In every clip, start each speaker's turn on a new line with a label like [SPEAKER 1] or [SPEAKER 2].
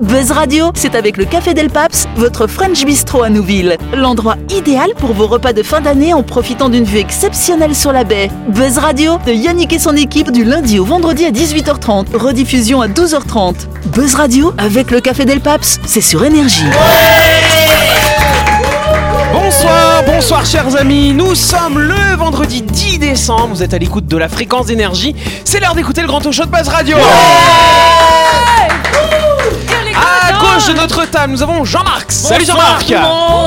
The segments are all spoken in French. [SPEAKER 1] Buzz Radio, c'est avec le Café Del Paps, votre French Bistro à Nouville. L'endroit idéal pour vos repas de fin d'année en profitant d'une vue exceptionnelle sur la baie. Buzz Radio, de Yannick et son équipe du lundi au vendredi à 18h30, rediffusion à 12h30. Buzz Radio, avec le Café Del Paps, c'est sur Énergie.
[SPEAKER 2] Bonsoir, bonsoir chers amis, nous sommes le vendredi 10 décembre, vous êtes à l'écoute de la fréquence d'énergie, c'est l'heure d'écouter le grand talk show de Buzz Radio À gauche de notre table, nous avons Jean-Marc Salut Jean-Marc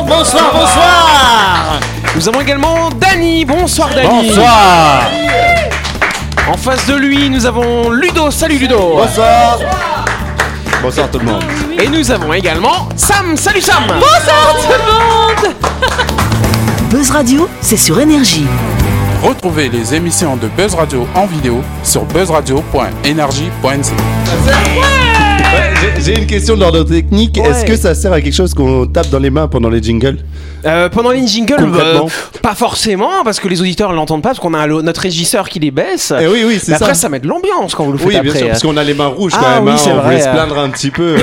[SPEAKER 3] Bonsoir, bonsoir
[SPEAKER 2] Nous avons également Dany, bonsoir Dany
[SPEAKER 3] Bonsoir
[SPEAKER 2] En face de lui, nous avons Ludo, salut Ludo
[SPEAKER 3] Bonsoir Bonsoir tout le monde
[SPEAKER 2] Et nous avons également Sam, salut Sam
[SPEAKER 1] Buzz Radio, c'est sur Énergie.
[SPEAKER 4] Retrouvez les émissions de Buzz Radio en vidéo sur buzzradio.energie.nc.
[SPEAKER 3] J'ai- J'ai une question d'ordre technique.
[SPEAKER 2] Ouais.
[SPEAKER 3] Est-ce que ça sert à quelque chose qu'on tape dans les mains pendant les jingles
[SPEAKER 2] Euh, pendant les jingles,
[SPEAKER 3] Concrètement.
[SPEAKER 2] euh, pas forcément, parce que les auditeurs ne l'entendent pas, parce qu'on a un lo- notre régisseur qui les baisse.
[SPEAKER 3] Eh oui, oui,
[SPEAKER 2] Mais
[SPEAKER 3] c'est
[SPEAKER 2] après,
[SPEAKER 3] ça.
[SPEAKER 2] ça met de l'ambiance quand vous le faites
[SPEAKER 3] Oui, bien
[SPEAKER 2] après.
[SPEAKER 3] sûr, parce qu'on a les mains rouges quand
[SPEAKER 2] Ah
[SPEAKER 3] même.
[SPEAKER 2] oui,
[SPEAKER 3] hein,
[SPEAKER 2] c'est
[SPEAKER 3] on
[SPEAKER 2] vrai,
[SPEAKER 3] voulait se
[SPEAKER 2] euh.
[SPEAKER 3] plaindre un petit peu.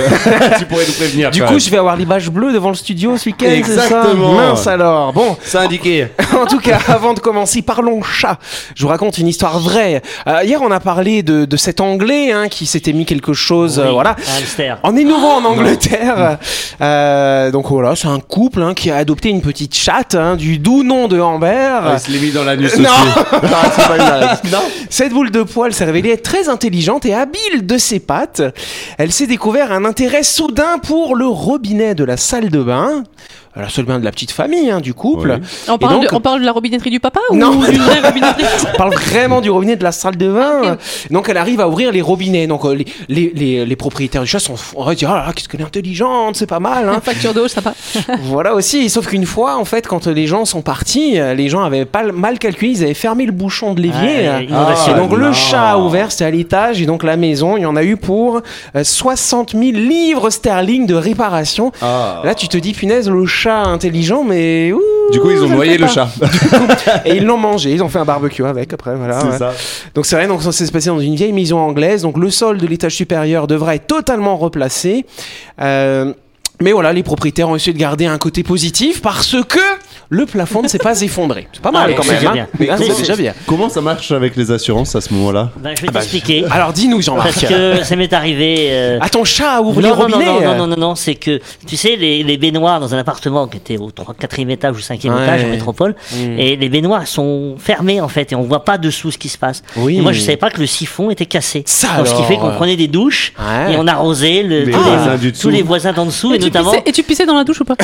[SPEAKER 3] tu pourrais nous prévenir.
[SPEAKER 2] Du
[SPEAKER 3] quand
[SPEAKER 2] coup,
[SPEAKER 3] même.
[SPEAKER 2] je vais avoir l'image bleue devant le studio ce week-end, c'est ça
[SPEAKER 3] Exactement.
[SPEAKER 2] Mince alors. Bon,
[SPEAKER 3] c'est indiqué.
[SPEAKER 2] en tout cas, avant de commencer, parlons chat. Je vous raconte une histoire vraie. Euh, hier, on a parlé de, de cet Anglais hein, qui s'était mis quelque chose, euh, voilà.
[SPEAKER 5] Hamster.
[SPEAKER 2] On est nouveau en
[SPEAKER 3] Ah.
[SPEAKER 2] Angleterre. Euh, donc voilà, c'est un couple hein, qui a adopté une petite chatte hein, du doux nom de Amber.
[SPEAKER 3] Ah, il se l'est mis dans la nuit
[SPEAKER 2] Non.
[SPEAKER 3] Ah, c'est pas une blague.
[SPEAKER 2] Cette boule de poil s'est révélée être très intelligente et habile de ses pattes. Elle s'est découvert un intérêt soudain pour le robinet de la salle de bain. La salle de bain de la petite famille, hein, du couple.
[SPEAKER 3] Oui.
[SPEAKER 6] On
[SPEAKER 2] Et
[SPEAKER 6] parle,
[SPEAKER 2] donc-
[SPEAKER 6] de, on parle de la robinetterie du papa
[SPEAKER 2] Non.
[SPEAKER 6] ou d'une vraie robinetterie
[SPEAKER 2] On parle vraiment du robinet de la salle de bain. Donc elle arrive à ouvrir les robinets. Donc euh, les, les, les, les propriétaires du chat sont on va dire ah là là, qu'est-ce qu'elle est intelligente, c'est pas mal. hein.
[SPEAKER 6] Une facture d'eau, sympa.
[SPEAKER 2] voilà aussi. Sauf qu'une fois en fait quand les gens sont partis, euh, les gens avaient pas mal calculé, ils avaient fermé le bouchon de l'évier.
[SPEAKER 5] Ah, inondation.
[SPEAKER 2] Et donc
[SPEAKER 3] non.
[SPEAKER 2] le chat a ouvert, c'était à l'étage, et donc la maison, il y en a eu pour euh, 60 000 livres sterling de réparation.
[SPEAKER 3] Ah.
[SPEAKER 2] Là, tu te dis, punaise, le chat intelligent, mais ouh,
[SPEAKER 3] Du coup, ils
[SPEAKER 2] ça
[SPEAKER 3] ont
[SPEAKER 2] le
[SPEAKER 3] noyé
[SPEAKER 2] fait
[SPEAKER 3] le
[SPEAKER 2] pas.
[SPEAKER 3] chat.
[SPEAKER 2] Et ils l'ont mangé, ils ont fait un barbecue avec après, voilà. ouais.
[SPEAKER 3] C'est ça.
[SPEAKER 2] Donc c'est vrai, donc ça s'est passé dans une vieille maison anglaise, donc le sol de l'étage supérieur devra être totalement replacé. Euh, mais voilà, les propriétaires ont essayé de garder un côté positif parce que le plafond ne s'est pas effondré. C'est pas mal
[SPEAKER 5] Ah,
[SPEAKER 2] quand
[SPEAKER 5] c'est
[SPEAKER 2] même.
[SPEAKER 5] déjà
[SPEAKER 2] hein.
[SPEAKER 5] bien.
[SPEAKER 2] Mais, hein,
[SPEAKER 5] Mais
[SPEAKER 2] c'est déjà bien.
[SPEAKER 3] Comment ça marche avec les assurances à ce moment-là
[SPEAKER 5] Ben,
[SPEAKER 2] Ah
[SPEAKER 5] je vais
[SPEAKER 2] bah,
[SPEAKER 5] t'expliquer.
[SPEAKER 2] Alors dis-nous, Jean-Marc.
[SPEAKER 5] Parce que ça m'est arrivé. euh,
[SPEAKER 2] bah, Ah, ton chat a ouvert
[SPEAKER 5] non,
[SPEAKER 2] le
[SPEAKER 5] non, non,
[SPEAKER 2] robinet
[SPEAKER 5] non,
[SPEAKER 2] euh.
[SPEAKER 5] non, non, non, non, c'est que, tu sais, les, les baignoires dans un appartement qui était au 3, 4e étage ou 5e
[SPEAKER 2] Ouais.
[SPEAKER 5] étage en métropole,
[SPEAKER 2] Mm.
[SPEAKER 5] et les baignoires sont fermées en fait, et on voit pas dessous ce qui se passe.
[SPEAKER 2] Oui.
[SPEAKER 5] Et moi, je savais pas que le siphon était cassé.
[SPEAKER 2] Ça
[SPEAKER 5] Donc, ce qui
[SPEAKER 2] alors. euh
[SPEAKER 5] fait qu'on prenait des douches,
[SPEAKER 2] Ouais.
[SPEAKER 5] et on arrosait le-
[SPEAKER 3] Les
[SPEAKER 5] tous,
[SPEAKER 3] voisins
[SPEAKER 5] les,
[SPEAKER 3] du
[SPEAKER 5] tous
[SPEAKER 3] dessous.
[SPEAKER 5] les voisins d'en dessous, et,
[SPEAKER 6] Et tu,
[SPEAKER 5] notamment.
[SPEAKER 6] pissais, et tu pissais dans la douche ou pas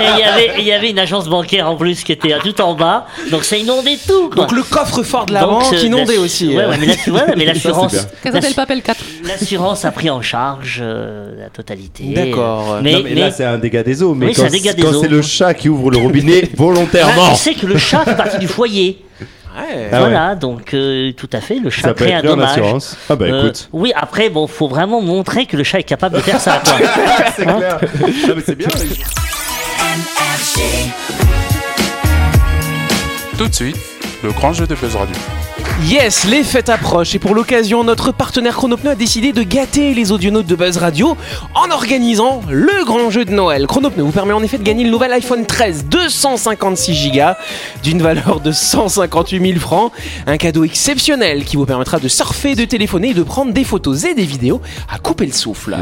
[SPEAKER 5] et il y avait- et il y avait une agence bancaire en plus qui était euh, tout en bas, donc ça inondait tout. quoi.
[SPEAKER 2] Donc le coffre-fort de la
[SPEAKER 5] Donc,
[SPEAKER 2] banque
[SPEAKER 5] ce-
[SPEAKER 2] inondé
[SPEAKER 5] l'assu-
[SPEAKER 2] aussi.
[SPEAKER 5] Ouais,
[SPEAKER 2] euh.
[SPEAKER 5] ouais, mais l'assu- ouais, mais l'assurance.
[SPEAKER 3] bien.
[SPEAKER 6] Casa del Papel 4.
[SPEAKER 5] L'assurance a pris en charge euh, la totalité.
[SPEAKER 2] D'accord.
[SPEAKER 5] Mais,
[SPEAKER 3] Non, mais, là,
[SPEAKER 5] mais-
[SPEAKER 3] c'est un dégât des eaux. Mais
[SPEAKER 5] Oui, c'est
[SPEAKER 3] quand
[SPEAKER 5] un dégât des
[SPEAKER 3] quand
[SPEAKER 5] eaux.
[SPEAKER 3] c'est le chat qui ouvre le robinet
[SPEAKER 5] Ah,
[SPEAKER 3] volontairement.
[SPEAKER 5] tu sais que le chat fait partie du foyer.
[SPEAKER 2] Ouais.
[SPEAKER 3] Ah ouais.
[SPEAKER 5] voilà, donc euh, tout à fait, le chat
[SPEAKER 3] Ça peut
[SPEAKER 5] crée
[SPEAKER 3] être
[SPEAKER 5] un
[SPEAKER 3] bien en
[SPEAKER 5] dommage. Euh,
[SPEAKER 3] assurance. Ah bah, écoute.
[SPEAKER 5] Oui, après, bon, faut vraiment montrer que le chat est capable de faire ça. quoi.
[SPEAKER 3] c'est
[SPEAKER 5] Hein
[SPEAKER 3] clair. Non, mais c'est bien.
[SPEAKER 4] Tout de suite, le grand jeu de Buzz Radio.
[SPEAKER 2] Yes, les fêtes approchent et pour l'occasion, notre partenaire Chronopneu a décidé de gâter les audionautes de Buzz Radio en organisant le grand jeu de Noël. Chronopneu vous permet en effet de gagner le nouvel iPhone 13 256 Go d'une valeur de 158 000 francs. Un cadeau exceptionnel qui vous permettra de surfer, de téléphoner et de prendre des photos et des vidéos à couper le souffle.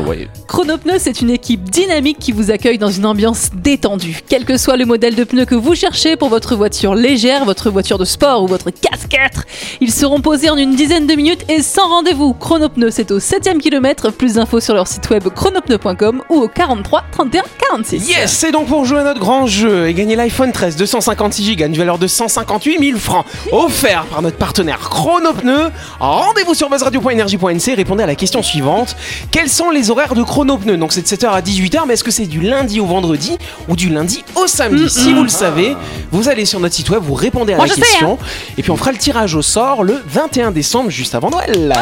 [SPEAKER 6] Chronopneus, c'est une équipe dynamique qui vous accueille dans une ambiance détendue. Quel que soit le modèle de pneu que vous cherchez pour votre voiture légère, votre voiture de sport ou votre 4x4, ils seront posés en une dizaine de minutes et sans rendez-vous. Chronopneus, c'est au 7ème kilomètre. Plus d'infos sur leur site web chronopneu.com ou au 43 31 46.
[SPEAKER 2] Yes, c'est donc pour jouer à notre grand jeu et gagner l'iPhone 13 256 Go, une valeur de 158 000 francs, offert par notre partenaire Chronopneu. Rendez-vous sur buzzradio.energie.nc, répondez à la question suivante. Quels sont les horaires de Chronopneu Donc c'est de 7h à 18h, mais est-ce que c'est du lundi au vendredi ou du lundi au samedi Si vous le savez, vous allez sur notre site web, vous répondez à
[SPEAKER 6] Mm, Moi,
[SPEAKER 2] la
[SPEAKER 6] je sais, hein.
[SPEAKER 2] question, et puis on fera le tirage au sort le 21 décembre, juste avant Noël.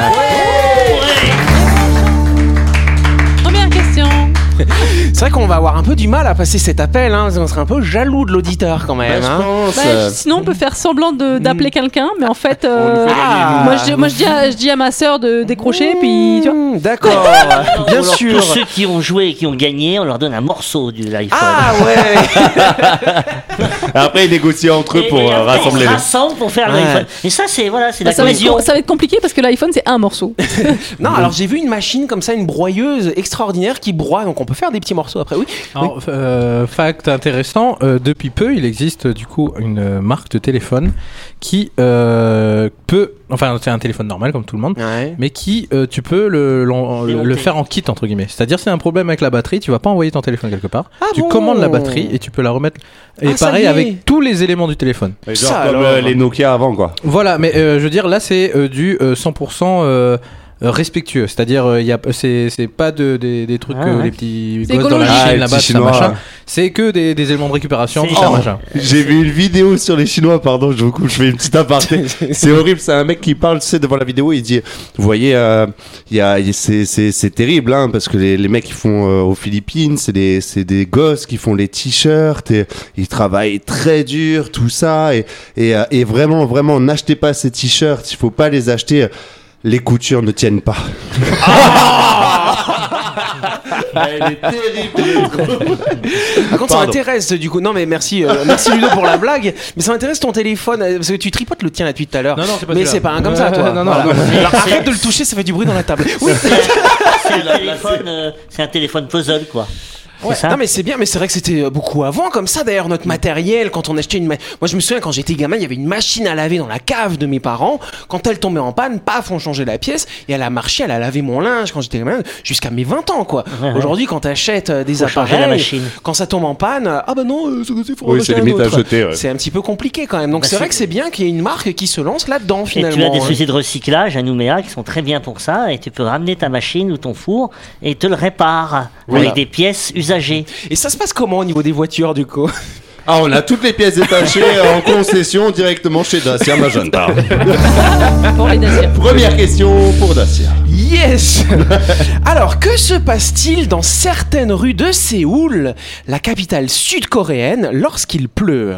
[SPEAKER 6] Première question.
[SPEAKER 2] C'est vrai qu'on va avoir un peu du mal à passer cet appel, hein, on serait un peu jaloux de l'auditeur quand même. hein.
[SPEAKER 3] je pense.
[SPEAKER 6] Ouais,
[SPEAKER 3] euh,
[SPEAKER 6] Bah, sinon, on peut faire semblant de-
[SPEAKER 2] hmm.
[SPEAKER 6] d'appeler quelqu'un, mais en fait, euh,
[SPEAKER 2] Ah.
[SPEAKER 6] moi, je, moi, je dis à, je dis à ma sœur de décrocher, puis tu vois.
[SPEAKER 2] Mmh,
[SPEAKER 3] Oh,
[SPEAKER 2] D'accord, bien
[SPEAKER 5] Alors,
[SPEAKER 2] sûr.
[SPEAKER 5] Tous ceux qui ont joué et qui ont gagné, on leur donne un morceau du l'iPhone.
[SPEAKER 2] Ah ouais
[SPEAKER 3] Après, ils négocient entre eux
[SPEAKER 5] Et-
[SPEAKER 3] pour
[SPEAKER 5] et
[SPEAKER 3] euh,
[SPEAKER 5] après,
[SPEAKER 3] rassembler
[SPEAKER 5] ils se
[SPEAKER 3] les.
[SPEAKER 5] rassemblent pour faire
[SPEAKER 2] Ouais.
[SPEAKER 5] l'iPhone. Et ça, c'est voilà, c'est la
[SPEAKER 6] Bah, ça, va être,
[SPEAKER 5] cohésion.
[SPEAKER 6] com- ça va être compliqué parce que l'iPhone c'est un morceau.
[SPEAKER 2] Non, alors j'ai vu une machine comme ça, une broyeuse extraordinaire qui broie, donc on peut faire des petits morceaux après, oui.
[SPEAKER 7] Alors, euh, fact intéressant, euh, depuis peu, il existe euh, du coup une euh, marque de téléphone qui euh, peut, enfin c'est un téléphone normal comme tout le monde,
[SPEAKER 2] Ouais.
[SPEAKER 7] mais qui euh, tu peux le, l'en- le, le faire en kit entre guillemets. C'est-à-dire c'est un problème avec la batterie, tu vas pas envoyer ton téléphone quelque part,
[SPEAKER 2] Ah
[SPEAKER 7] tu
[SPEAKER 2] bon
[SPEAKER 7] commandes la batterie et tu peux la remettre. Et
[SPEAKER 2] Ah, ça
[SPEAKER 7] pareil
[SPEAKER 2] y est.
[SPEAKER 7] avec tous les éléments du téléphone.
[SPEAKER 3] Genre
[SPEAKER 2] Ça,
[SPEAKER 3] comme euh,
[SPEAKER 2] alors.
[SPEAKER 3] les Nokia avant, quoi.
[SPEAKER 7] Voilà, mais euh, je veux dire, là, c'est euh, du euh, 100% euh, euh, respectueux. C'est-à-dire, euh, il y a- c'est c'est pas de, des, des trucs
[SPEAKER 5] Ah,
[SPEAKER 7] que
[SPEAKER 5] ouais.
[SPEAKER 7] les petits
[SPEAKER 6] C'est
[SPEAKER 7] gosses dans la
[SPEAKER 6] écologique.
[SPEAKER 7] Chine,
[SPEAKER 3] Ah, les
[SPEAKER 7] là-bas,
[SPEAKER 3] petits
[SPEAKER 7] tout ça,
[SPEAKER 3] Chinois,
[SPEAKER 7] machin.
[SPEAKER 3] ouais.
[SPEAKER 7] C'est que des, des éléments de récupération,
[SPEAKER 5] C'est
[SPEAKER 7] tout ça,
[SPEAKER 5] genre-
[SPEAKER 7] machin.
[SPEAKER 3] J'ai vu une vidéo sur les Chinois, pardon, je vous coupe, je fais une petite aparté. c'est horrible, c'est un mec qui parle, tu sais, devant la vidéo, il dit, vous voyez, euh, il y a- il- c'est- c'est c'est terrible, hein, parce que les, les mecs qui font euh, aux Philippines, c'est des, c'est des gosses qui font les t-shirts, et ils travaillent très dur, tout ça, et, et, euh, et vraiment, vraiment, n'achetez pas ces t-shirts, il faut pas les acheter. euh, Les coutures ne tiennent pas. Elle est terrible, elle est
[SPEAKER 2] Par
[SPEAKER 3] trop
[SPEAKER 2] contre, Ah, ça
[SPEAKER 3] Pardon.
[SPEAKER 2] m'intéresse du coup. Non, mais merci, euh, merci Ludo pour la blague. Mais ça m'intéresse ton téléphone euh, parce que tu tripotes le tien là depuis tout à l'heure.
[SPEAKER 7] Non, non, c'est pas
[SPEAKER 2] Mais
[SPEAKER 7] celui-là.
[SPEAKER 2] c'est pas un comme ça,
[SPEAKER 7] Euh,
[SPEAKER 2] toi.
[SPEAKER 7] non, non,
[SPEAKER 2] Voilà.
[SPEAKER 7] non.
[SPEAKER 2] Alors, arrête de le toucher, ça fait du bruit dans la table. Oui.
[SPEAKER 5] C'est un téléphone, euh, c'est un téléphone puzzle, quoi.
[SPEAKER 2] Ouais.
[SPEAKER 5] C'est ça Mm.
[SPEAKER 2] Non mais c'est bien, mais c'est vrai que c'était euh, beaucoup avant comme ça. D'ailleurs notre matériel, quand on achetait une, ma- moi je me souviens quand j'étais gamin, il y avait une machine à laver dans la cave de mes parents. Quand elle tombait en panne, paf, on changeait la pièce et elle a marché, elle a lavé mon linge quand j'étais gamin jusqu'à mes 20 ans quoi.
[SPEAKER 5] Ouais, ouais.
[SPEAKER 2] Aujourd'hui quand t'achètes euh, des
[SPEAKER 5] Faut changer
[SPEAKER 2] appareils,
[SPEAKER 5] la machine.
[SPEAKER 2] quand ça tombe en panne, euh, ah bah non, euh, c'est- c'est faut en
[SPEAKER 3] Oui,
[SPEAKER 2] acheter
[SPEAKER 3] c'est
[SPEAKER 2] un
[SPEAKER 3] limite à
[SPEAKER 2] autre.
[SPEAKER 3] jeter, ouais.
[SPEAKER 2] C'est un petit peu compliqué quand même. Donc
[SPEAKER 5] Bah,
[SPEAKER 2] c'est vrai
[SPEAKER 5] c'est-
[SPEAKER 2] que c'est bien qu'il y ait une marque qui se lance là-dedans
[SPEAKER 5] Et
[SPEAKER 2] finalement.
[SPEAKER 5] tu as des
[SPEAKER 2] hein.
[SPEAKER 5] sociétés de recyclage à Nouméa qui sont très bien pour ça, et tu peux ramener ta machine ou ton four et te le répares
[SPEAKER 2] Voilà.
[SPEAKER 5] avec des pièces usagées.
[SPEAKER 2] hein. Et ça se passe comment au niveau des voitures du coup
[SPEAKER 3] Ah, on a toutes les pièces détachées euh, en concession directement chez Dacia Magenta.
[SPEAKER 6] Pour les Dacia.
[SPEAKER 3] Première question pour Dacia.
[SPEAKER 2] Yes Alors, que se passe-t-il dans certaines rues de Séoul, la capitale sud-coréenne, lorsqu'il pleut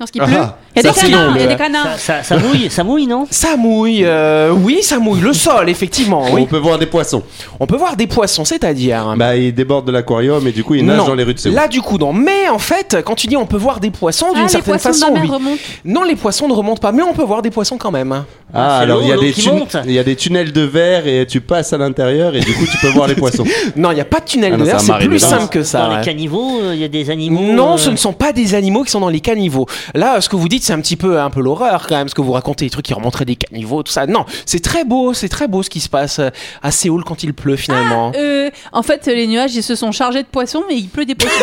[SPEAKER 6] Lorsqu'il pleut,
[SPEAKER 3] Ah,
[SPEAKER 6] il y a
[SPEAKER 3] ça,
[SPEAKER 6] des
[SPEAKER 3] c'est
[SPEAKER 6] canards,
[SPEAKER 3] long,
[SPEAKER 6] il y a
[SPEAKER 3] mais-
[SPEAKER 6] des canards.
[SPEAKER 5] Ça, ça- ça mouille, ça mouille, non
[SPEAKER 2] Ça mouille, euh, oui, ça mouille le sol, effectivement,
[SPEAKER 3] On
[SPEAKER 2] oui.
[SPEAKER 3] peut voir des poissons.
[SPEAKER 2] On peut voir des poissons, c'est-à-dire...
[SPEAKER 3] Bah, ils débordent de l'aquarium et du coup, ils nagent
[SPEAKER 2] Non.
[SPEAKER 3] dans les rues de Séoul.
[SPEAKER 2] Là, du coup, non. Mais en fait, quand tu dis on peut voir des poissons,
[SPEAKER 6] Ah,
[SPEAKER 2] d'une
[SPEAKER 6] les
[SPEAKER 2] certaine
[SPEAKER 6] poissons de
[SPEAKER 2] façon,
[SPEAKER 6] la mer
[SPEAKER 2] oui.
[SPEAKER 6] remontent.
[SPEAKER 2] Non, les poissons ne remontent pas, mais on peut voir des poissons quand même.
[SPEAKER 3] Ah,
[SPEAKER 5] C'est
[SPEAKER 3] alors
[SPEAKER 5] l'eau,
[SPEAKER 3] il y, a
[SPEAKER 5] l'eau
[SPEAKER 3] des
[SPEAKER 5] qui
[SPEAKER 3] tun-
[SPEAKER 5] monte.
[SPEAKER 3] il y a des tunnels de verre et tu passes à l'intérieur et du coup, tu peux voir les poissons.
[SPEAKER 2] Non, il n'y a pas de tunnel
[SPEAKER 3] Ah non,
[SPEAKER 2] de verre,
[SPEAKER 3] c'est un
[SPEAKER 2] c'est
[SPEAKER 3] marais
[SPEAKER 2] plus
[SPEAKER 3] de
[SPEAKER 2] simple
[SPEAKER 3] danse.
[SPEAKER 2] que ça.
[SPEAKER 5] Dans
[SPEAKER 2] ouais.
[SPEAKER 5] les caniveaux, euh, il y a des animaux.
[SPEAKER 2] Non,
[SPEAKER 5] euh,
[SPEAKER 2] ce ne sont pas des animaux qui sont dans les caniveaux. Là, euh, ce que vous dites, c'est un petit peu un peu l'horreur quand même, ce que vous racontez, les trucs qui remonteraient des caniveaux, tout ça. Non, c'est très beau, c'est très beau ce qui se passe euh, à Séoul quand il pleut finalement.
[SPEAKER 6] Euh, en fait, les nuages ils se sont chargés de poissons, mais il pleut des poissons.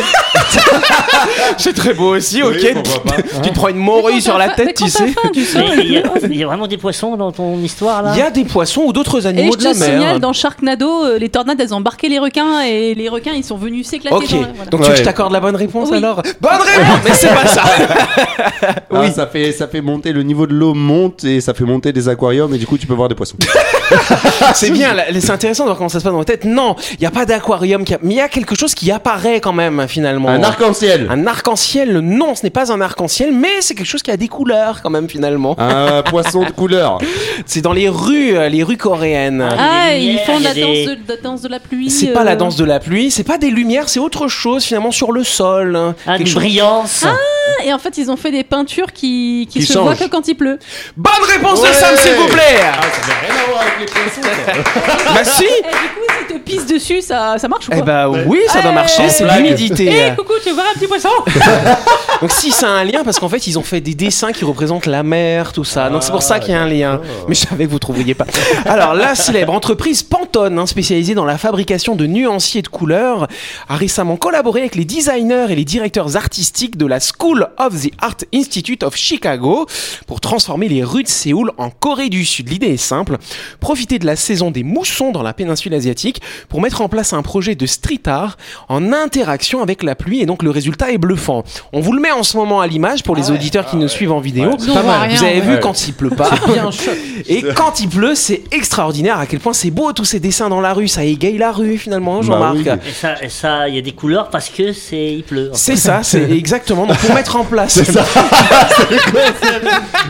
[SPEAKER 6] euh.
[SPEAKER 2] c'est très beau aussi, ok.
[SPEAKER 3] Oui, pourquoi pas.
[SPEAKER 2] tu te prends une morue sur la tête, tu sais.
[SPEAKER 5] mais Il y, a- il y a vraiment des poissons dans ton histoire là.
[SPEAKER 2] Il y a des poissons ou d'autres
[SPEAKER 6] Et
[SPEAKER 2] animaux
[SPEAKER 6] je
[SPEAKER 2] de la
[SPEAKER 6] te
[SPEAKER 2] mer.
[SPEAKER 6] signale, dans Sharknado, euh, les tornades elles ont embarqué les requins et les requins ils sont venus s'éclater.
[SPEAKER 2] Ok,
[SPEAKER 6] dans la- voilà.
[SPEAKER 2] donc tu veux que je
[SPEAKER 3] Ouais.
[SPEAKER 2] t'accorde la bonne réponse
[SPEAKER 6] Oui.
[SPEAKER 2] alors Bonne réponse Mais c'est pas ça
[SPEAKER 3] Ah, ça, fait, ça fait monter, le niveau de l'eau monte et ça fait monter des aquariums et du coup, tu peux voir des poissons.
[SPEAKER 2] C'est bien, là, c'est intéressant de voir comment ça se passe dans la tête. Non, il n'y a pas d'aquarium, qui a- mais il y a quelque chose qui apparaît quand même finalement.
[SPEAKER 3] Un arc-en-ciel.
[SPEAKER 2] Un arc-en-ciel, non, ce n'est pas un arc-en-ciel, mais c'est quelque chose qui a des couleurs quand même finalement.
[SPEAKER 3] Un poisson de couleur.
[SPEAKER 2] C'est dans les rues, euh, les rues coréennes.
[SPEAKER 5] Ah,
[SPEAKER 6] Ah,
[SPEAKER 5] des
[SPEAKER 6] ils font de la,
[SPEAKER 5] lumières, il y a
[SPEAKER 6] danse de, de- danse de la pluie.
[SPEAKER 2] C'est pas
[SPEAKER 6] euh,
[SPEAKER 2] la danse de la pluie, c'est pas des lumières, c'est autre chose finalement sur le sol. hein.
[SPEAKER 5] Ah,
[SPEAKER 2] Quelque
[SPEAKER 5] des
[SPEAKER 2] chose-
[SPEAKER 5] brillances.
[SPEAKER 6] euh, Et en fait, ils ont fait des peintures qui, qui
[SPEAKER 3] Qui
[SPEAKER 6] se
[SPEAKER 3] changent.
[SPEAKER 6] voient que quand il pleut.
[SPEAKER 2] Bonne réponse de
[SPEAKER 3] Ouais.
[SPEAKER 2] Sam, s'il vous plaît
[SPEAKER 3] Ah, ça n'a rien à voir avec les poissons.
[SPEAKER 2] Bah si
[SPEAKER 8] Eh,
[SPEAKER 6] Et du coup, s'ils te pissent dessus, ça, ça marche ou
[SPEAKER 2] Eh
[SPEAKER 6] quoi
[SPEAKER 2] bah euh, oui, ça doit
[SPEAKER 6] Ouais.
[SPEAKER 2] marcher,
[SPEAKER 6] En
[SPEAKER 2] c'est
[SPEAKER 3] blague.
[SPEAKER 2] l'humidité.
[SPEAKER 6] Eh, coucou, tu veux voir un petit poisson
[SPEAKER 2] bah, Donc si ça a un lien, parce qu'en fait ils ont fait des dessins qui représentent la mer, tout ça. Donc c'est pour ça qu'il y a un lien. Mais je savais que vous trouveriez pas. Alors la célèbre entreprise Pantone, hein, spécialisée dans la fabrication de nuanciers de couleurs, a récemment collaboré avec les designers et les directeurs artistiques de la School of the Art Institute of Chicago pour transformer les rues de Séoul en Corée du Sud. L'idée est simple profiter de la saison des moussons dans la péninsule asiatique pour mettre en place un projet de street art en interaction avec la pluie et donc le résultat est bluffant. On vous le met en ce moment à l'image pour les auditeurs qui nous suivent en vidéo.
[SPEAKER 7] c'est Nous, pas on voit mal. rien,
[SPEAKER 2] vous avez
[SPEAKER 7] ouais.
[SPEAKER 2] vu
[SPEAKER 7] Ouais.
[SPEAKER 2] quand il pleut pas. Et quand il pleut, c'est extraordinaire à quel point c'est beau tous ces dessins dans la rue, ça égaye la rue finalement, Jean-Marc.
[SPEAKER 3] Bah oui.
[SPEAKER 5] Et ça, et ça, il y a des couleurs parce que c'est il pleut. en fait.
[SPEAKER 2] C'est ça, c'est exactement. Donc, pour mettre en place,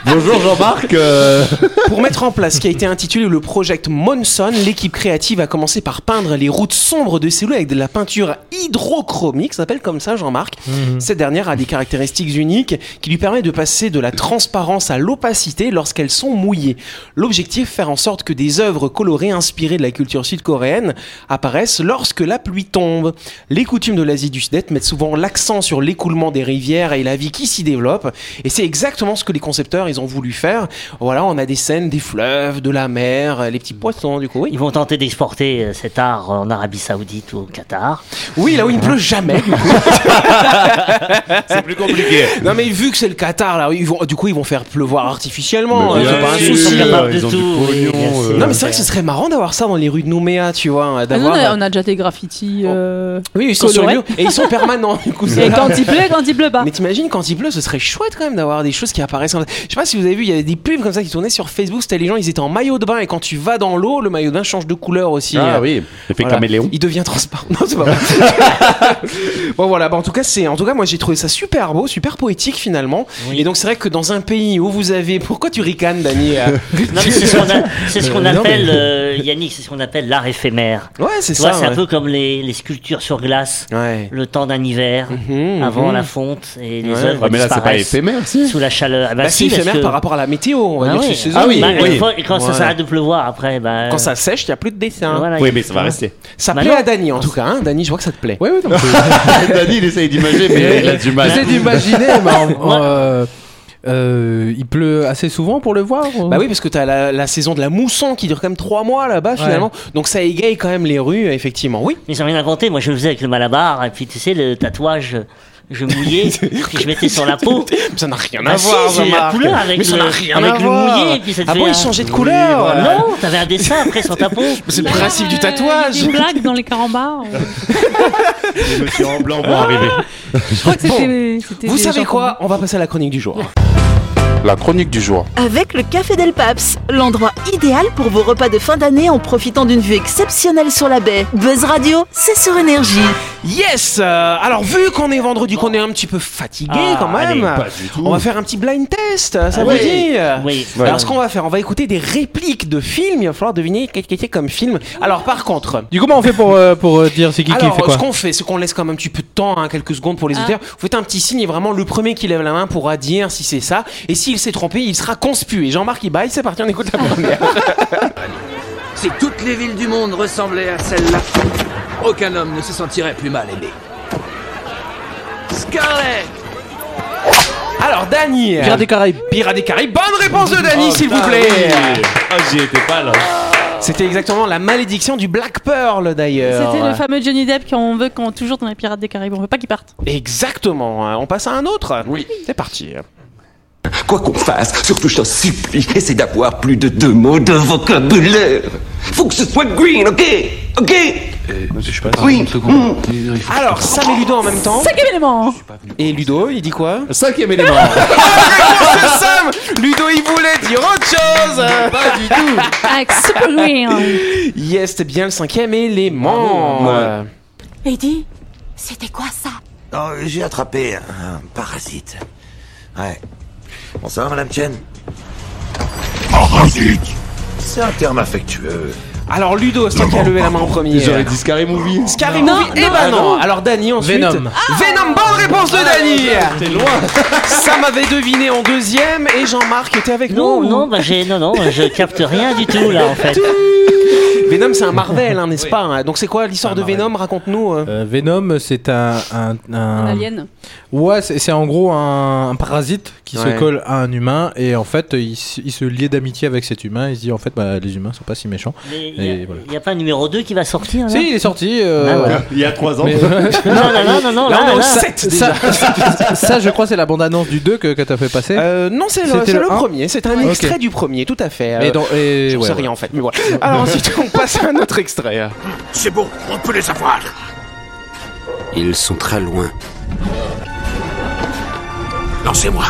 [SPEAKER 3] Bonjour Jean-Marc. euh,
[SPEAKER 2] pour mettre en place ce qui a été intitulé le Project Monson, l'équipe créative a commencé par peindre les routes sombres de Séoul avec de la peinture hydrochromique, ça s'appelle comme ça, Jean-Marc. Cette dernière a des caractéristiques uniques qui lui permettent de passer de la transparence à l'opacité lorsqu'elles sont mouillées. L'objectif, faire en sorte que des œuvres colorées inspirées de la culture sud-coréenne apparaissent lorsque la pluie tombe. Les coutumes de l'Asie du Sud-Est mettent souvent l'accent sur l'écoulement des rivières et la vie qui s'y développe. Et c'est exactement ce que les concepteurs, ils ont voulu faire. Voilà, on a des scènes des fleuves, de la mer, euh, les petits poissons, du coup, oui.
[SPEAKER 5] Ils vont tenter d'exporter euh, cet art en Arabie Saoudite ou au Qatar.
[SPEAKER 2] Oui, là où il ne pleut jamais.
[SPEAKER 3] c'est plus compliqué.
[SPEAKER 2] non, mais vu que c'est le Qatar, là, ils vont, du coup, ils vont faire pleuvoir artificiellement.
[SPEAKER 3] Mais
[SPEAKER 2] hein,
[SPEAKER 3] bien
[SPEAKER 2] c'est pas un
[SPEAKER 5] sûr,
[SPEAKER 2] souci.
[SPEAKER 5] ils sont capables de
[SPEAKER 3] ils ont du
[SPEAKER 5] tout, oui,
[SPEAKER 3] pognon,
[SPEAKER 5] bien
[SPEAKER 3] euh.
[SPEAKER 5] sûr.
[SPEAKER 2] Non, mais c'est vrai que ce serait marrant d'avoir ça dans les rues de Nouméa, tu vois. hein,
[SPEAKER 6] Ah non, on,
[SPEAKER 2] D'avoir. euh,
[SPEAKER 6] a, on a déjà des graffitis.
[SPEAKER 8] Oh.
[SPEAKER 6] euh,
[SPEAKER 2] Oui, ils sont sur les
[SPEAKER 6] colorés.
[SPEAKER 2] lieux et ils sont permanents, du coup. c'est-
[SPEAKER 6] Et quand il pleut, quand il pleut pas.
[SPEAKER 2] Mais t'imagines quand il pleut, ce serait chouette quand même d'avoir des choses qui apparaissent. comme ça. Je sais pas si vous avez vu, il y avait des pubs comme ça qui tournaient sur Facebook. C'était les gens, ils étaient en maillot de bain et quand tu vas dans l'eau, le maillot de bain change de couleur aussi.
[SPEAKER 3] Ah
[SPEAKER 2] Euh,
[SPEAKER 3] oui, effet
[SPEAKER 2] voilà.
[SPEAKER 3] caméléon.
[SPEAKER 2] Il devient transparent. Non, c'est pas vrai. bon voilà, Bah, en tout cas, c'est en tout cas moi j'ai trouvé ça super beau, super poétique finalement. Et donc c'est vrai que dans un pays où vous avez pourquoi tu ricanes Dani Euh,
[SPEAKER 5] Non, mais c'est ce qu'on a- c'est ce qu'on
[SPEAKER 2] Euh, non, mais-
[SPEAKER 5] appelle, euh, Yannick, c'est ce qu'on appelle l'art éphémère.
[SPEAKER 2] Ouais, c'est
[SPEAKER 5] Tu vois,
[SPEAKER 2] ça.
[SPEAKER 5] c'est un
[SPEAKER 2] ouais.
[SPEAKER 5] peu comme les, les sculptures sur glace,
[SPEAKER 2] Ouais.
[SPEAKER 5] le temps d'un hiver,
[SPEAKER 2] Mhm,
[SPEAKER 5] avant
[SPEAKER 2] mhm.
[SPEAKER 5] la fonte, et les
[SPEAKER 2] Ouais.
[SPEAKER 5] œuvres
[SPEAKER 3] Ah, mais là, c'est pas
[SPEAKER 5] disparaissent
[SPEAKER 3] éphémère, si.
[SPEAKER 5] sous la chaleur. Ah, bah
[SPEAKER 2] Bah, c'est
[SPEAKER 5] si, parce
[SPEAKER 2] éphémère
[SPEAKER 5] que-
[SPEAKER 2] par rapport à la météo, on va
[SPEAKER 5] Ah
[SPEAKER 2] dire
[SPEAKER 5] ouais.
[SPEAKER 2] que c'est saison.
[SPEAKER 3] Ah oui,
[SPEAKER 5] Bah,
[SPEAKER 3] oui.
[SPEAKER 5] une fois- et quand
[SPEAKER 2] Voilà.
[SPEAKER 5] ça s'arrête de pleuvoir, après, bah, euh,
[SPEAKER 2] Quand ça sèche, il n'y a plus de dessin.
[SPEAKER 5] voilà,
[SPEAKER 3] Oui,
[SPEAKER 5] il-
[SPEAKER 3] mais ça va rester.
[SPEAKER 2] Ça
[SPEAKER 5] Bah
[SPEAKER 2] plaît
[SPEAKER 5] non.
[SPEAKER 2] à Dani en tout cas, hein. Dani, je vois que ça te plaît.
[SPEAKER 7] Ouais, ouais, non, mais-
[SPEAKER 3] Dani, il essaye d'imaginer, mais il a du mal.
[SPEAKER 7] J'essaie d'imaginer, mais en- en, euh, euh, il pleut assez souvent pour le voir. ou-
[SPEAKER 2] Bah oui, parce que t'as la, la saison de la mousson qui dure quand même trois mois là-bas finalement. Donc ça égaye quand même les rues, effectivement. Oui.
[SPEAKER 5] Mais ils ont rien inventé. Moi, je le faisais avec le malabar, et puis tu sais, le tatouage, je mouillais, puis je mettais sur la peau.
[SPEAKER 2] Ça n'a rien à
[SPEAKER 5] Bah si,
[SPEAKER 2] voir,
[SPEAKER 5] c'est la
[SPEAKER 2] Jean-Marc.
[SPEAKER 5] couleur avec
[SPEAKER 2] Mais ça
[SPEAKER 5] le,
[SPEAKER 2] n'a rien à
[SPEAKER 5] avec le
[SPEAKER 2] voir.
[SPEAKER 5] mouillé, et puis ça te
[SPEAKER 2] Ah
[SPEAKER 5] fait
[SPEAKER 2] bon,
[SPEAKER 5] un-
[SPEAKER 2] il changeait de couleur. euh.
[SPEAKER 5] Non, t'avais un dessin après sur ta peau.
[SPEAKER 2] C'est le
[SPEAKER 8] D'ailleurs,
[SPEAKER 2] principe du
[SPEAKER 8] euh, il y a
[SPEAKER 2] tatouage.
[SPEAKER 8] Des blagues dans les carambars. euh,
[SPEAKER 3] Les messieurs en blanc vont arriver.
[SPEAKER 8] Je crois que
[SPEAKER 2] Bon.
[SPEAKER 8] c'était. c'était
[SPEAKER 2] Vous
[SPEAKER 8] des
[SPEAKER 2] savez
[SPEAKER 8] gens
[SPEAKER 2] quoi On va passer à la chronique du jour.
[SPEAKER 4] La chronique du jour.
[SPEAKER 1] Avec le Café Del Paps, l'endroit idéal pour vos repas de fin d'année en profitant d'une vue exceptionnelle sur la baie. Buzz Radio, c'est sur énergie.
[SPEAKER 2] Yes euh, Alors vu qu'on est vendredi, qu'on est un petit peu fatigué
[SPEAKER 5] Ah,
[SPEAKER 2] quand même,
[SPEAKER 5] allez,
[SPEAKER 3] Pas du tout.
[SPEAKER 2] on va faire un petit blind test, ça vous
[SPEAKER 5] oui.
[SPEAKER 2] dit
[SPEAKER 5] Ah Oui.
[SPEAKER 3] Ouais.
[SPEAKER 2] Alors ce qu'on va faire, on va écouter des répliques de films, il va falloir deviner quel était comme film. Alors par contre,
[SPEAKER 7] Du coup, comment on fait pour, euh, pour euh, dire c'est qui
[SPEAKER 2] Alors,
[SPEAKER 7] qui fait quoi
[SPEAKER 2] ce qu'on fait, c'est qu'on laisse quand même un petit peu de temps, hein, quelques secondes pour les auditeurs. Vous faites un petit signe et vraiment le premier qui lève la main pourra dire si c'est ça. Et s'il s'est trompé, il sera conspué. Jean-Marc, il baille, c'est parti, on écoute la première.
[SPEAKER 9] Si toutes les villes du monde ressemblaient à celle-là, aucun homme ne se sentirait plus mal aimé. Scarlett
[SPEAKER 2] Alors, Dany.
[SPEAKER 7] Pirates des Caraïbes.
[SPEAKER 2] Pirates des Caraïbes. Bonne réponse de Dany,
[SPEAKER 7] Oh,
[SPEAKER 2] s'il vous plaît.
[SPEAKER 3] Ah, j'y étais pas là.
[SPEAKER 2] C'était exactement la malédiction du Black Pearl, d'ailleurs.
[SPEAKER 8] C'était le fameux Johnny Depp qu'on veut quand toujours dans les Pirates des Caraïbes. On veut pas qu'il parte.
[SPEAKER 2] Exactement. hein. On passe à un autre Oui. C'est parti.
[SPEAKER 10] Quoi qu'on fasse, surtout je t'en supplie, essaie d'avoir plus de deux mots de vocabulaire. Faut que ce soit green, ok Ok Green hmm.
[SPEAKER 2] Alors, Sam et Ludo en même temps.
[SPEAKER 8] Cinquième élément
[SPEAKER 2] Et Ludo, il dit quoi
[SPEAKER 3] Cinquième élément.
[SPEAKER 2] Sam Ludo, il voulait dire autre chose
[SPEAKER 3] Pas du tout.
[SPEAKER 8] Avec Super Green
[SPEAKER 2] Yes, c'était bien le cinquième élément.
[SPEAKER 3] Ouais.
[SPEAKER 2] Euh,
[SPEAKER 8] Lady, c'était quoi ça
[SPEAKER 10] Oh, J'ai attrapé un, un parasite. Ouais. Bonsoir, Madame Chen. Parasite C'est un terme affectueux.
[SPEAKER 2] Alors Ludo, c'est toi qui as levé la main en premier.
[SPEAKER 3] J'aurais dit Scary Movie.
[SPEAKER 2] Scary Movie, eh ben non. Alors Dany ensuite.
[SPEAKER 7] Venom. Ah,
[SPEAKER 2] Venom, bonne réponse de Dany. T'es loin. Ça m'avait deviné en deuxième et Jean-Marc était avec
[SPEAKER 5] Non,
[SPEAKER 2] nous.
[SPEAKER 5] non, bah j'ai, non, non, je capte rien du tout là en fait.
[SPEAKER 2] Venom, c'est un Marvel, hein, n'est-ce pas hein Donc c'est quoi l'histoire de Venom Raconte-nous. euh.
[SPEAKER 7] Euh, Venom, c'est un, un, un-
[SPEAKER 2] Ah.
[SPEAKER 8] Un alien.
[SPEAKER 7] Ouais, c'est c'est en gros un, un parasite qui
[SPEAKER 2] Ouais.
[SPEAKER 7] se colle à un humain et en fait, il, s- il se liait d'amitié avec cet humain. Il se dit en fait, bah, les humains sont pas si méchants.
[SPEAKER 5] Mais
[SPEAKER 7] Et mais voilà.
[SPEAKER 5] Il n'y a pas un numéro 2 qui va sortir là
[SPEAKER 7] Si, il est sorti. euh,
[SPEAKER 5] Ah ouais.
[SPEAKER 3] Il y a 3 ans.
[SPEAKER 7] Mais-
[SPEAKER 5] Non, non, non, non, non,
[SPEAKER 2] Là, on est
[SPEAKER 5] là,
[SPEAKER 2] au
[SPEAKER 5] là.
[SPEAKER 2] 7 déjà.
[SPEAKER 7] ça, ça, je crois, c'est la bande-annonce du 2 que, que t'as fait passer.
[SPEAKER 2] Euh, non, c'est le,
[SPEAKER 7] C'était
[SPEAKER 2] c'est
[SPEAKER 7] le
[SPEAKER 2] le
[SPEAKER 7] un
[SPEAKER 2] premier. C'est un
[SPEAKER 7] Ok.
[SPEAKER 2] extrait du premier, tout à fait.
[SPEAKER 7] mais
[SPEAKER 2] Euh,
[SPEAKER 7] dans, et,
[SPEAKER 2] j'en
[SPEAKER 7] ouais,
[SPEAKER 2] sais
[SPEAKER 7] ouais.
[SPEAKER 2] rien en fait, mais voilà. Alors ensuite, on passe à un autre extrait.
[SPEAKER 9] C'est bon, on peut les avoir.
[SPEAKER 10] Ils sont très loin.
[SPEAKER 9] Lancez-moi.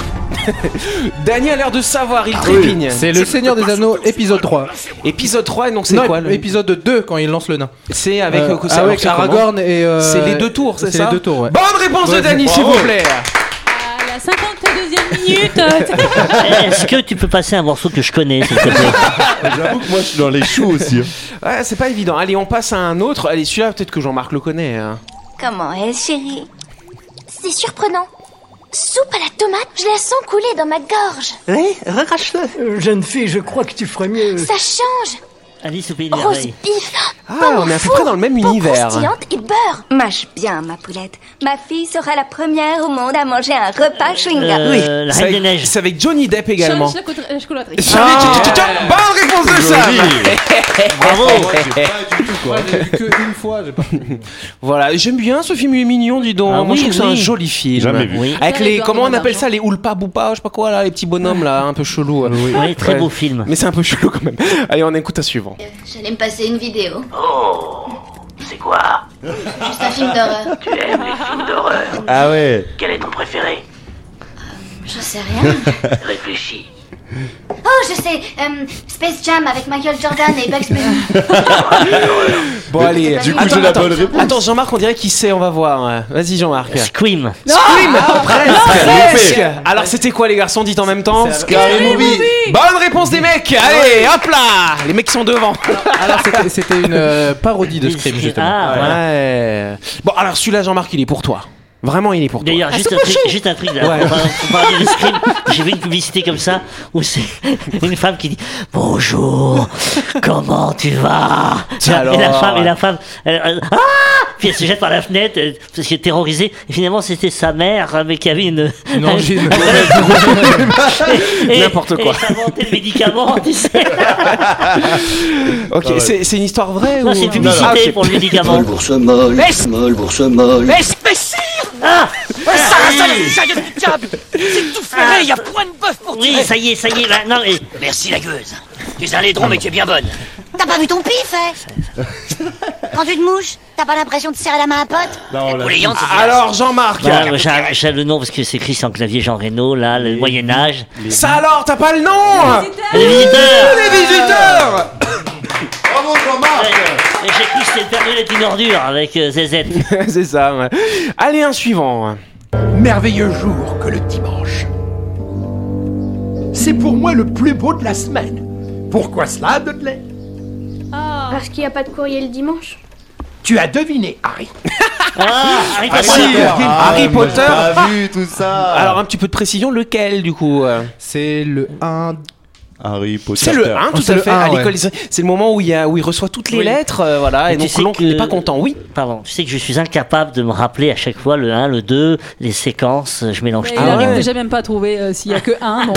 [SPEAKER 2] Daniel a l'air de savoir, il trépigne.
[SPEAKER 7] Ah C'est le Seigneur des Anneaux épisode 3.
[SPEAKER 2] Épisode 3, et donc c'est
[SPEAKER 7] Non,
[SPEAKER 2] quoi le...
[SPEAKER 7] épisode 2 quand il lance le nain.
[SPEAKER 2] C'est avec,
[SPEAKER 7] Euh,
[SPEAKER 2] c'est- alors,
[SPEAKER 7] avec
[SPEAKER 2] ah c'est
[SPEAKER 7] Aragorn et.
[SPEAKER 2] comment
[SPEAKER 7] euh,
[SPEAKER 2] C'est les deux tours, c'est ça
[SPEAKER 7] C'est les deux tours, ouais.
[SPEAKER 2] Bonne réponse de
[SPEAKER 7] Ouais,
[SPEAKER 2] Dany, s'il
[SPEAKER 7] bravo.
[SPEAKER 2] vous plaît.
[SPEAKER 6] À la 52e minute
[SPEAKER 5] Eh, Est-ce que tu peux passer un morceau que je connais, s'il te plaît
[SPEAKER 3] J'avoue que moi, je suis dans les choux aussi. hein.
[SPEAKER 2] Ouais, Ah, c'est pas évident. Allez, on passe à un autre. Allez, celui-là, peut-être que Jean-Marc le connaît. hein.
[SPEAKER 11] Comment est-ce, chérie C'est surprenant. Soupe à la tomate, je la sens couler dans ma gorge.
[SPEAKER 12] Oui, recrache-le. Jeune fille, je crois que tu ferais mieux.
[SPEAKER 11] Ça change.
[SPEAKER 5] Alice au pays des
[SPEAKER 11] Rose
[SPEAKER 5] merveilles.
[SPEAKER 11] bif.
[SPEAKER 2] Ah, on est à peu près dans le même univers. hein.
[SPEAKER 11] Croustillante et beurre. Mâche bien, ma poulette. Ma fille sera la première au monde à manger un repas chewing-gum.
[SPEAKER 5] Euh, La
[SPEAKER 2] C'est avec-
[SPEAKER 5] Reine des Neiges.
[SPEAKER 2] C'est avec Johnny Depp également.
[SPEAKER 6] Change la coudre- la chocolaterie.
[SPEAKER 2] Johnny
[SPEAKER 8] Ah,
[SPEAKER 2] Depp. Bonne réponse de Sam.
[SPEAKER 5] Bravo
[SPEAKER 7] Ouais, j'ai vu que une fois, j'ai pas.
[SPEAKER 2] Voilà, j'aime bien ce film, il est mignon, dis donc.
[SPEAKER 5] Ah
[SPEAKER 2] Moi,
[SPEAKER 5] oui,
[SPEAKER 2] je trouve que c'est
[SPEAKER 5] oui.
[SPEAKER 2] un joli film.
[SPEAKER 3] Jamais vu.
[SPEAKER 5] Oui.
[SPEAKER 2] Avec
[SPEAKER 6] Ça
[SPEAKER 2] les.
[SPEAKER 6] rigole,
[SPEAKER 2] Comment on
[SPEAKER 6] Romain
[SPEAKER 2] appelle
[SPEAKER 6] Argent.
[SPEAKER 2] ça Les Oulpa Boupa, je sais pas quoi, là, les petits bonhommes, là, un peu chelou.
[SPEAKER 5] Oui, très beau film.
[SPEAKER 2] Mais c'est un peu chelou quand même. Allez, on écoute un suivant.
[SPEAKER 11] J'allais me passer une vidéo.
[SPEAKER 9] Oh, c'est quoi
[SPEAKER 11] Juste un film d'horreur.
[SPEAKER 9] Tu aimes les films d'horreur
[SPEAKER 3] Ah ouais.
[SPEAKER 9] Quel est ton préféré
[SPEAKER 11] J'en sais rien.
[SPEAKER 9] Réfléchis.
[SPEAKER 11] Oh, je sais. euh, Space Jam avec Michael Jordan et Bugs Bunny.
[SPEAKER 2] Bon, allez.
[SPEAKER 11] Du
[SPEAKER 3] coup, j'ai la bonne réponse.
[SPEAKER 2] Attends, Jean-Marc, on dirait qu'il sait, on va voir. hein. Vas-y, Jean-Marc.
[SPEAKER 5] Scream.
[SPEAKER 2] Scream Presque
[SPEAKER 3] loupé.
[SPEAKER 2] Alors, c'était quoi, les garçons Dites en même temps.
[SPEAKER 3] Carré Movie.
[SPEAKER 2] Bonne réponse des mecs Allez, hop là Les mecs sont devant
[SPEAKER 7] Alors, c'était- c'était une euh, parodie de Scream, justement.
[SPEAKER 5] Ah, voilà.
[SPEAKER 2] Ouais. Bon, alors celui-là, Jean-Marc, il est pour toi. Vraiment, il est pour toi.
[SPEAKER 5] D'ailleurs, juste, un truc- juste un truc, là,
[SPEAKER 2] Ouais.
[SPEAKER 5] on va- on parlait de Scream. J'ai vu une publicité comme ça où c'est une femme qui dit Bonjour, comment tu vas et, la
[SPEAKER 2] Alors.
[SPEAKER 5] femme, et la femme, elle- elle- Ah Puis elle se jette par la fenêtre euh, parce qu'elle est terrorisée. Et finalement, c'était sa mère, euh, mais qui avait une.
[SPEAKER 7] Une angine.
[SPEAKER 5] Et-
[SPEAKER 2] N'importe
[SPEAKER 5] et
[SPEAKER 2] quoi.
[SPEAKER 5] elle inventait le médicament, tu sais.
[SPEAKER 2] Ok, c'est c'est une histoire vraie
[SPEAKER 5] Non,
[SPEAKER 2] ou...
[SPEAKER 5] c'est une
[SPEAKER 2] Non, Ah,
[SPEAKER 5] publicité
[SPEAKER 2] non, ok.
[SPEAKER 5] pour le médicament.
[SPEAKER 10] Molle, bourse molle, molle, bourse molle.
[SPEAKER 9] Ferré, y a point de bœuf pour
[SPEAKER 5] Oui, ça y est, ça y est. bah, non, et-
[SPEAKER 9] Merci la gueuse. Tu es un laidron, mais tu es bien bonne.
[SPEAKER 11] T'as pas vu ton pif, hein Quand tu te mouches, t'as pas l'impression de serrer la main à un pote
[SPEAKER 9] Pour les Yantes,
[SPEAKER 2] Alors, Jean-Marc,
[SPEAKER 5] Ah, moi, j'ai j'ai le nom parce que c'est écrit sur un clavier Jean Reno, là, le Moyen-Âge.
[SPEAKER 2] ça alors, t'as pas le nom
[SPEAKER 5] Les
[SPEAKER 8] Ah,
[SPEAKER 5] visiteurs
[SPEAKER 2] Les visiteurs
[SPEAKER 3] Bravo, Jean-Marc.
[SPEAKER 5] Et j'ai cru que c'était le Père Noël est une ordure avec euh, ZZ.
[SPEAKER 2] C'est ça, ouais. Allez, un suivant.
[SPEAKER 9] Merveilleux jour que le dimanche. C'est pour moi le plus beau de la semaine. Pourquoi cela, Dudley
[SPEAKER 11] Parce qu'il n'y a pas de courrier le dimanche.
[SPEAKER 9] Tu as deviné, Harry.
[SPEAKER 5] Ah, Harry
[SPEAKER 2] Ah,
[SPEAKER 5] Potter.
[SPEAKER 2] si, Harry
[SPEAKER 3] moi, j'ai
[SPEAKER 2] Potter.
[SPEAKER 3] pas vu tout ça.
[SPEAKER 2] Alors, un petit peu de précision, lequel, du coup euh
[SPEAKER 7] C'est le 1.
[SPEAKER 3] Harry Potter.
[SPEAKER 2] C'est le 1, tout
[SPEAKER 7] Ah, C'est
[SPEAKER 2] à
[SPEAKER 7] le
[SPEAKER 2] fait.
[SPEAKER 7] un,
[SPEAKER 2] à
[SPEAKER 7] ouais.
[SPEAKER 2] l'école, c'est c'est le moment où il, y a, où il reçoit toutes les
[SPEAKER 5] Oui.
[SPEAKER 2] lettres, euh, voilà, et
[SPEAKER 5] Mais tu
[SPEAKER 2] donc
[SPEAKER 5] sais
[SPEAKER 2] l'oncle n'est
[SPEAKER 5] que-
[SPEAKER 2] pas content, oui.
[SPEAKER 5] Pardon, tu sais que je suis incapable de me rappeler à chaque fois le 1, le 2, les séquences, je mélange
[SPEAKER 6] Mais
[SPEAKER 5] tout.
[SPEAKER 6] Il arrive
[SPEAKER 2] ouais.
[SPEAKER 6] déjà Ah, même pas à trouver euh, s'il y a que un. donc.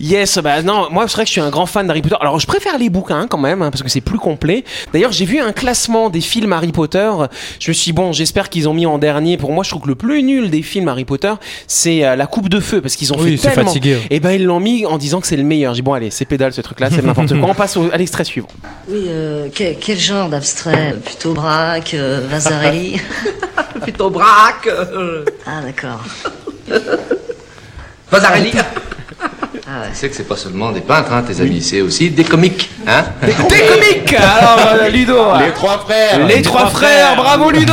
[SPEAKER 2] Yes, bah non, moi c'est vrai que je suis un grand fan d'Harry Potter. Alors je préfère les bouquins quand même, hein, parce que c'est plus complet. D'ailleurs, j'ai vu un classement des films Harry Potter. Je me suis dit, bon, j'espère qu'ils ont mis en dernier. Pour moi, je trouve que le plus nul des films Harry Potter, c'est euh, La Coupe de Feu, parce qu'ils ont
[SPEAKER 7] Oui,
[SPEAKER 2] fait
[SPEAKER 7] c'est
[SPEAKER 2] tellement.
[SPEAKER 7] fatigué.
[SPEAKER 2] Et ben ils l'ont mis en disant que c'est le meilleur. J'ai dit, bon, allez, c'est pédale ce truc-là, c'est n'importe quoi. On passe au- à l'extrait suivant.
[SPEAKER 13] Oui, euh, que- quel genre d'abstrait Plutôt Braque, euh, Vasarely
[SPEAKER 12] Plutôt braque. euh,
[SPEAKER 13] Ah, d'accord.
[SPEAKER 9] Vasarely.
[SPEAKER 14] Tu sais que c'est pas seulement des peintres, hein, tes amis, c'est aussi des comiques, hein
[SPEAKER 2] Des comiques Alors, euh, Ludo
[SPEAKER 3] Les trois frères.
[SPEAKER 2] Les trois frères, bravo Ludo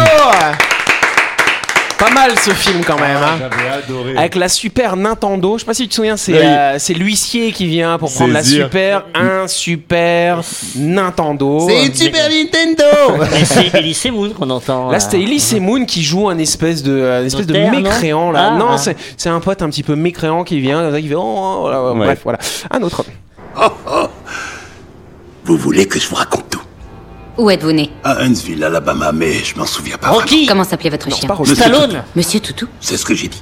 [SPEAKER 2] Pas mal ce film quand même. hein.
[SPEAKER 3] J'avais adoré.
[SPEAKER 2] Avec la super Nintendo, je sais pas si tu te souviens, c'est
[SPEAKER 3] Oui.
[SPEAKER 2] euh, c'est l'huissier qui vient pour prendre la
[SPEAKER 3] Saisir.
[SPEAKER 2] super, un super Nintendo.
[SPEAKER 3] Super Nintendo.
[SPEAKER 5] Et c'est Ellie Moon qu'on entend. euh,
[SPEAKER 2] Là, c'était Elise et Moon qui joue un espèce de, un espèce de
[SPEAKER 5] Notaire, non
[SPEAKER 2] mécréant. Là.
[SPEAKER 5] Ah,
[SPEAKER 2] non,
[SPEAKER 5] ah.
[SPEAKER 2] c'est c'est un pote un petit peu mécréant qui vient, comme ça, qui fait. Oh, voilà,
[SPEAKER 3] Ouais.
[SPEAKER 2] Bref, voilà. Un autre.
[SPEAKER 9] Vous voulez que je vous raconte tout
[SPEAKER 13] Où êtes-vous né
[SPEAKER 9] À Huntsville, Alabama, mais je m'en souviens pas.
[SPEAKER 5] Rocky
[SPEAKER 13] Comment s'appelait votre
[SPEAKER 2] Non, c'est
[SPEAKER 13] chien
[SPEAKER 2] pas Rocky.
[SPEAKER 5] Stallone
[SPEAKER 13] Monsieur Toutou
[SPEAKER 9] C'est ce que j'ai dit.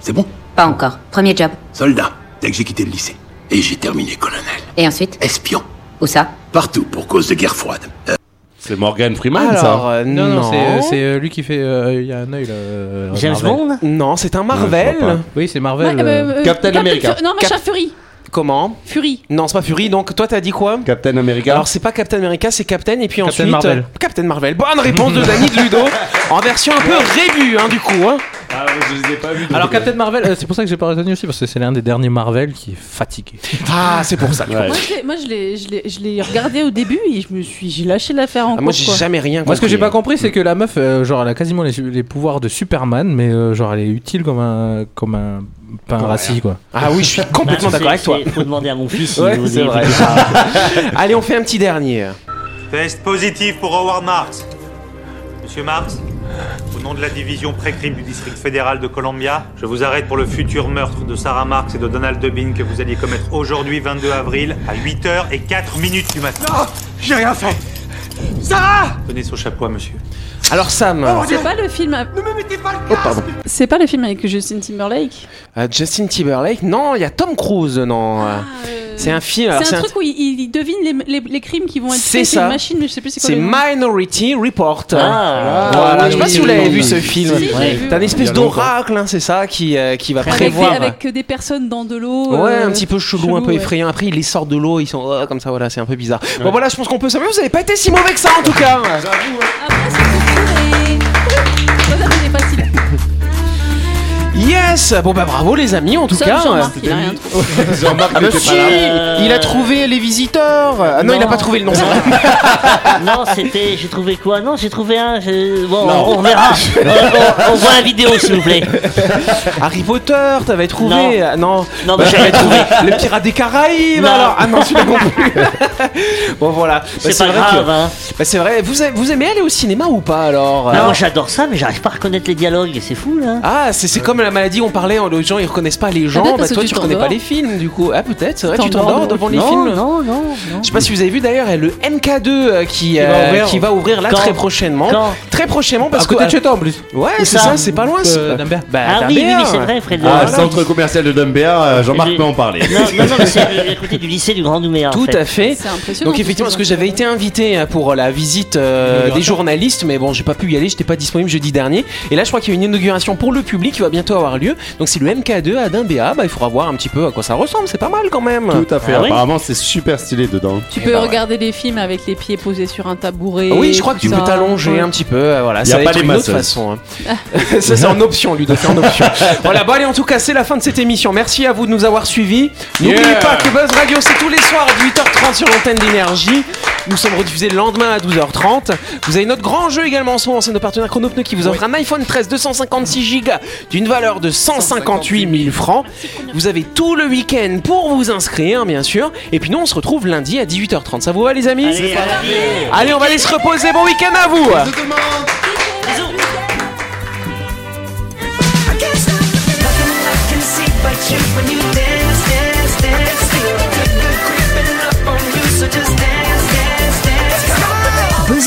[SPEAKER 9] C'est bon
[SPEAKER 13] Pas encore. Premier job.
[SPEAKER 9] Soldat, dès que j'ai quitté le lycée.
[SPEAKER 15] Et j'ai terminé colonel.
[SPEAKER 16] Et ensuite
[SPEAKER 15] Espion.
[SPEAKER 16] Où ça
[SPEAKER 15] Partout pour cause de guerre froide. Euh,
[SPEAKER 3] C'est Morgan Freeman,
[SPEAKER 2] Alors,
[SPEAKER 3] ça
[SPEAKER 2] euh,
[SPEAKER 7] Non, non,
[SPEAKER 2] Non.
[SPEAKER 7] c'est, euh, c'est euh, lui qui fait. euh, Il y a un œil là. euh,
[SPEAKER 2] James
[SPEAKER 7] Marvel.
[SPEAKER 2] Bond bah, Non, c'est un
[SPEAKER 7] je vois
[SPEAKER 2] Marvel.
[SPEAKER 7] pas. Oui, c'est Marvel.
[SPEAKER 8] Ouais, euh,
[SPEAKER 7] euh,
[SPEAKER 8] euh, Fu- Non, machin
[SPEAKER 2] Cap-
[SPEAKER 8] Fury.
[SPEAKER 2] Comment
[SPEAKER 8] Fury.
[SPEAKER 2] Non, c'est pas Fury. Donc toi, t'as dit quoi
[SPEAKER 3] Captain America.
[SPEAKER 2] Alors c'est pas Captain America, c'est Captain et puis
[SPEAKER 7] Captain
[SPEAKER 2] ensuite
[SPEAKER 7] Marvel.
[SPEAKER 2] euh, Captain Marvel. Bonne réponse de Dany de Ludo en version un peu rébue hein, du coup. hein. bah.
[SPEAKER 7] Alors Captain Marvel, euh, c'est pour ça que j'ai pas retenu aussi parce que c'est l'un des derniers Marvel qui est fatigué.
[SPEAKER 2] Ah, c'est pour ça.
[SPEAKER 8] Moi, je l'ai- moi, je l'ai- je l'ai- je l'ai regardé au début et je me suis, j'ai lâché l'affaire
[SPEAKER 2] Ah,
[SPEAKER 8] en cours. quoi.
[SPEAKER 7] Moi, ce que j'ai pas compris, c'est que la meuf, euh, genre, elle a quasiment les, les pouvoirs de Superman, mais euh, genre, elle est utile comme un comme un pain
[SPEAKER 5] Ouais.
[SPEAKER 7] rassis quoi.
[SPEAKER 2] Ah oui, je suis complètement
[SPEAKER 5] Bah,
[SPEAKER 2] d'accord avec
[SPEAKER 5] c'est-
[SPEAKER 2] toi.
[SPEAKER 5] c'est- Faut demander à mon fils.
[SPEAKER 2] Ouais,
[SPEAKER 5] il vous-
[SPEAKER 2] c'est
[SPEAKER 5] il vous
[SPEAKER 2] vrai.
[SPEAKER 5] dira.
[SPEAKER 2] Allez, on fait un petit dernier.
[SPEAKER 17] Test positif pour Howard Marks. Monsieur Marks, au nom de la division pré-crime du district fédéral de Columbia, je vous arrête pour le futur meurtre de Sarah Marks et de Donald Dubin que vous alliez commettre aujourd'hui 22 avril à 8h et 4 minutes du matin. Non, j'ai rien fait. Sarah Tenez ce chapeau à monsieur.
[SPEAKER 2] Alors Sam.
[SPEAKER 6] Ah
[SPEAKER 8] C'est pas le film. Ne me mettez pas
[SPEAKER 2] Oh,
[SPEAKER 8] le C'est pas le film avec Justin Timberlake.
[SPEAKER 2] Euh, Justin Timberlake Non, il y a Tom Cruise non. euh, Ah. C'est un film. alors,
[SPEAKER 8] Ah, euh, C'est un truc où il, il devine les, les- les crimes qui vont être
[SPEAKER 2] C'est
[SPEAKER 8] faits. C'est
[SPEAKER 2] ça.
[SPEAKER 8] une machine, mais je sais plus c'est quoi.
[SPEAKER 2] C'est
[SPEAKER 8] le nom.
[SPEAKER 2] Minority Report.
[SPEAKER 5] Ah.
[SPEAKER 2] voilà,
[SPEAKER 5] Ah
[SPEAKER 2] je sais pas
[SPEAKER 5] oui,
[SPEAKER 2] si vous l'avez
[SPEAKER 5] oui,
[SPEAKER 2] vu
[SPEAKER 5] oui.
[SPEAKER 2] ce
[SPEAKER 5] Si,
[SPEAKER 2] film.
[SPEAKER 5] si, je l'ai vu.
[SPEAKER 2] T'as une
[SPEAKER 5] Il y
[SPEAKER 2] espèce
[SPEAKER 5] a longtemps.
[SPEAKER 2] d'oracle, hein, c'est ça, qui, euh, qui va
[SPEAKER 8] Avec, des,
[SPEAKER 2] prévoir.
[SPEAKER 8] avec des personnes dans de l'eau.
[SPEAKER 2] Ouais,
[SPEAKER 8] euh,
[SPEAKER 2] un petit peu chelou, un peu
[SPEAKER 8] ouais.
[SPEAKER 2] effrayant. Après, ils les sortent de l'eau, ils sont oh, comme ça, voilà, c'est un peu bizarre. Bon, voilà, je pense qu'on peut s'amuser. Vous avez pas été si mauvais que ça, en tout cas.
[SPEAKER 8] Ouais, non, mais pas si-
[SPEAKER 2] Yes Bon, bah bravo, les amis, en tout
[SPEAKER 8] Sauf
[SPEAKER 2] cas.
[SPEAKER 8] Jean-Marc, il a rien
[SPEAKER 3] Jean-Marc
[SPEAKER 2] Ah,
[SPEAKER 3] n'était pas là.
[SPEAKER 2] monsieur, il a trouvé les visiteurs. Ah, non, il a pas trouvé le nom, c'est vrai.
[SPEAKER 5] non, c'était. J'ai trouvé quoi Non, j'ai trouvé un. je- Bon,
[SPEAKER 2] Non.
[SPEAKER 5] on verra. on, on- on voit la vidéo, s'il vous plaît.
[SPEAKER 2] Harry Potter, t'avais trouvé.
[SPEAKER 5] Non.
[SPEAKER 2] Ah, Non,
[SPEAKER 5] Non, mais j'avais
[SPEAKER 2] trouvé. Le pirate des Caraïbes,
[SPEAKER 5] Non.
[SPEAKER 2] alors. Ah non, celui-là non plus. bon, voilà. Bah,
[SPEAKER 5] C'est pas
[SPEAKER 2] vrai
[SPEAKER 5] grave,
[SPEAKER 2] que-
[SPEAKER 5] hein.
[SPEAKER 2] Bah, c'est vrai. Vous, a- vous aimez aller au cinéma ou pas, alors
[SPEAKER 5] Non, moi j'adore ça, mais j'arrive pas à reconnaître les dialogues, c'est fou là.
[SPEAKER 2] Ah, c'est c'est comme la maladie, on parlait, hein, les gens ils reconnaissent pas les gens,
[SPEAKER 5] Peut-être
[SPEAKER 2] bah
[SPEAKER 5] Ah, parce que
[SPEAKER 2] toi
[SPEAKER 5] tu
[SPEAKER 2] tu reconnais pas
[SPEAKER 5] t'endors.
[SPEAKER 2] les films du coup. Ah, peut-être, c'est vrai,
[SPEAKER 5] Tu
[SPEAKER 2] tu t'endors
[SPEAKER 5] t'endors
[SPEAKER 2] devant les
[SPEAKER 5] non,
[SPEAKER 2] films.
[SPEAKER 5] non, non,
[SPEAKER 2] Je sais pas si vous avez vu d'ailleurs le MK2 euh, qui,
[SPEAKER 7] va
[SPEAKER 2] euh,
[SPEAKER 7] ouvrir.
[SPEAKER 2] qui va ouvrir là
[SPEAKER 7] Quand
[SPEAKER 2] très prochainement.
[SPEAKER 7] Quand
[SPEAKER 2] très prochainement parce
[SPEAKER 7] à côté
[SPEAKER 2] que.
[SPEAKER 7] de chez toi en plus.
[SPEAKER 2] Ouais,
[SPEAKER 7] Où
[SPEAKER 2] c'est
[SPEAKER 7] ça
[SPEAKER 2] ça, c'est pas loin.
[SPEAKER 7] Euh,
[SPEAKER 2] c'est-
[SPEAKER 7] Dumbert.
[SPEAKER 2] Bah,
[SPEAKER 5] Ah oui, oui,
[SPEAKER 2] Dumbert.
[SPEAKER 5] oui, c'est vrai, Fred.
[SPEAKER 3] Ah,
[SPEAKER 5] Voilà.
[SPEAKER 3] centre commercial de Dumbéa, euh, Jean-Marc
[SPEAKER 5] J'ai-
[SPEAKER 3] peut en parler.
[SPEAKER 5] Non, non, non, mais c'est à côté du lycée du Grand Nouméa. en
[SPEAKER 2] Tout à fait.
[SPEAKER 5] impressionnant,
[SPEAKER 2] Donc
[SPEAKER 5] tout
[SPEAKER 2] effectivement, parce
[SPEAKER 5] ce
[SPEAKER 2] que j'avais été invité euh, pour la visite euh, des journalistes, mais bon, j'ai pas pu y aller, j'étais pas disponible jeudi dernier. Et là, je crois qu'il y a une inauguration pour le public qui va bientôt avoir lieu. Donc c'est le MK2 à Dimbéa, bah il faudra voir un petit peu à quoi ça ressemble. C'est pas mal quand même.
[SPEAKER 3] Tout à fait, apparemment c'est super stylé dedans.
[SPEAKER 8] Tu
[SPEAKER 2] Eh
[SPEAKER 8] peux regarder les films avec les pieds posés sur un tabouret.
[SPEAKER 2] ben Ah Oui, je crois que
[SPEAKER 8] tout
[SPEAKER 2] tu peux
[SPEAKER 8] ça.
[SPEAKER 2] t'allonger un petit peu. euh, Voilà,
[SPEAKER 3] Y
[SPEAKER 2] ça
[SPEAKER 3] a
[SPEAKER 2] va
[SPEAKER 3] pas
[SPEAKER 2] être
[SPEAKER 3] les
[SPEAKER 2] une autre
[SPEAKER 3] masseuses.
[SPEAKER 2] façon. hein. ça, c'est en option, Ludo, c'est en option. voilà, bon, allez, en tout cas, c'est la fin de cette émission. Merci à vous de nous avoir suivis. N'oubliez
[SPEAKER 7] Yeah.
[SPEAKER 2] pas que Buzz Radio, c'est tous les soirs à 8h30 sur l'antenne d'énergie. Nous sommes rediffusés le lendemain à 12h30. Vous avez notre grand jeu également en ce moment, c'est nos partenaires Chronopneu qui vous offre un iPhone 13 256 Go d'une valeur de 158 000 francs. Vous avez tout le week-end pour vous inscrire, bien sûr. Et puis nous, on se retrouve lundi à 18h30. Ça vous va, les amis
[SPEAKER 5] Allez, à lundi.
[SPEAKER 2] Allez, on va aller se reposer. Bon week-end à vous
[SPEAKER 1] Buzz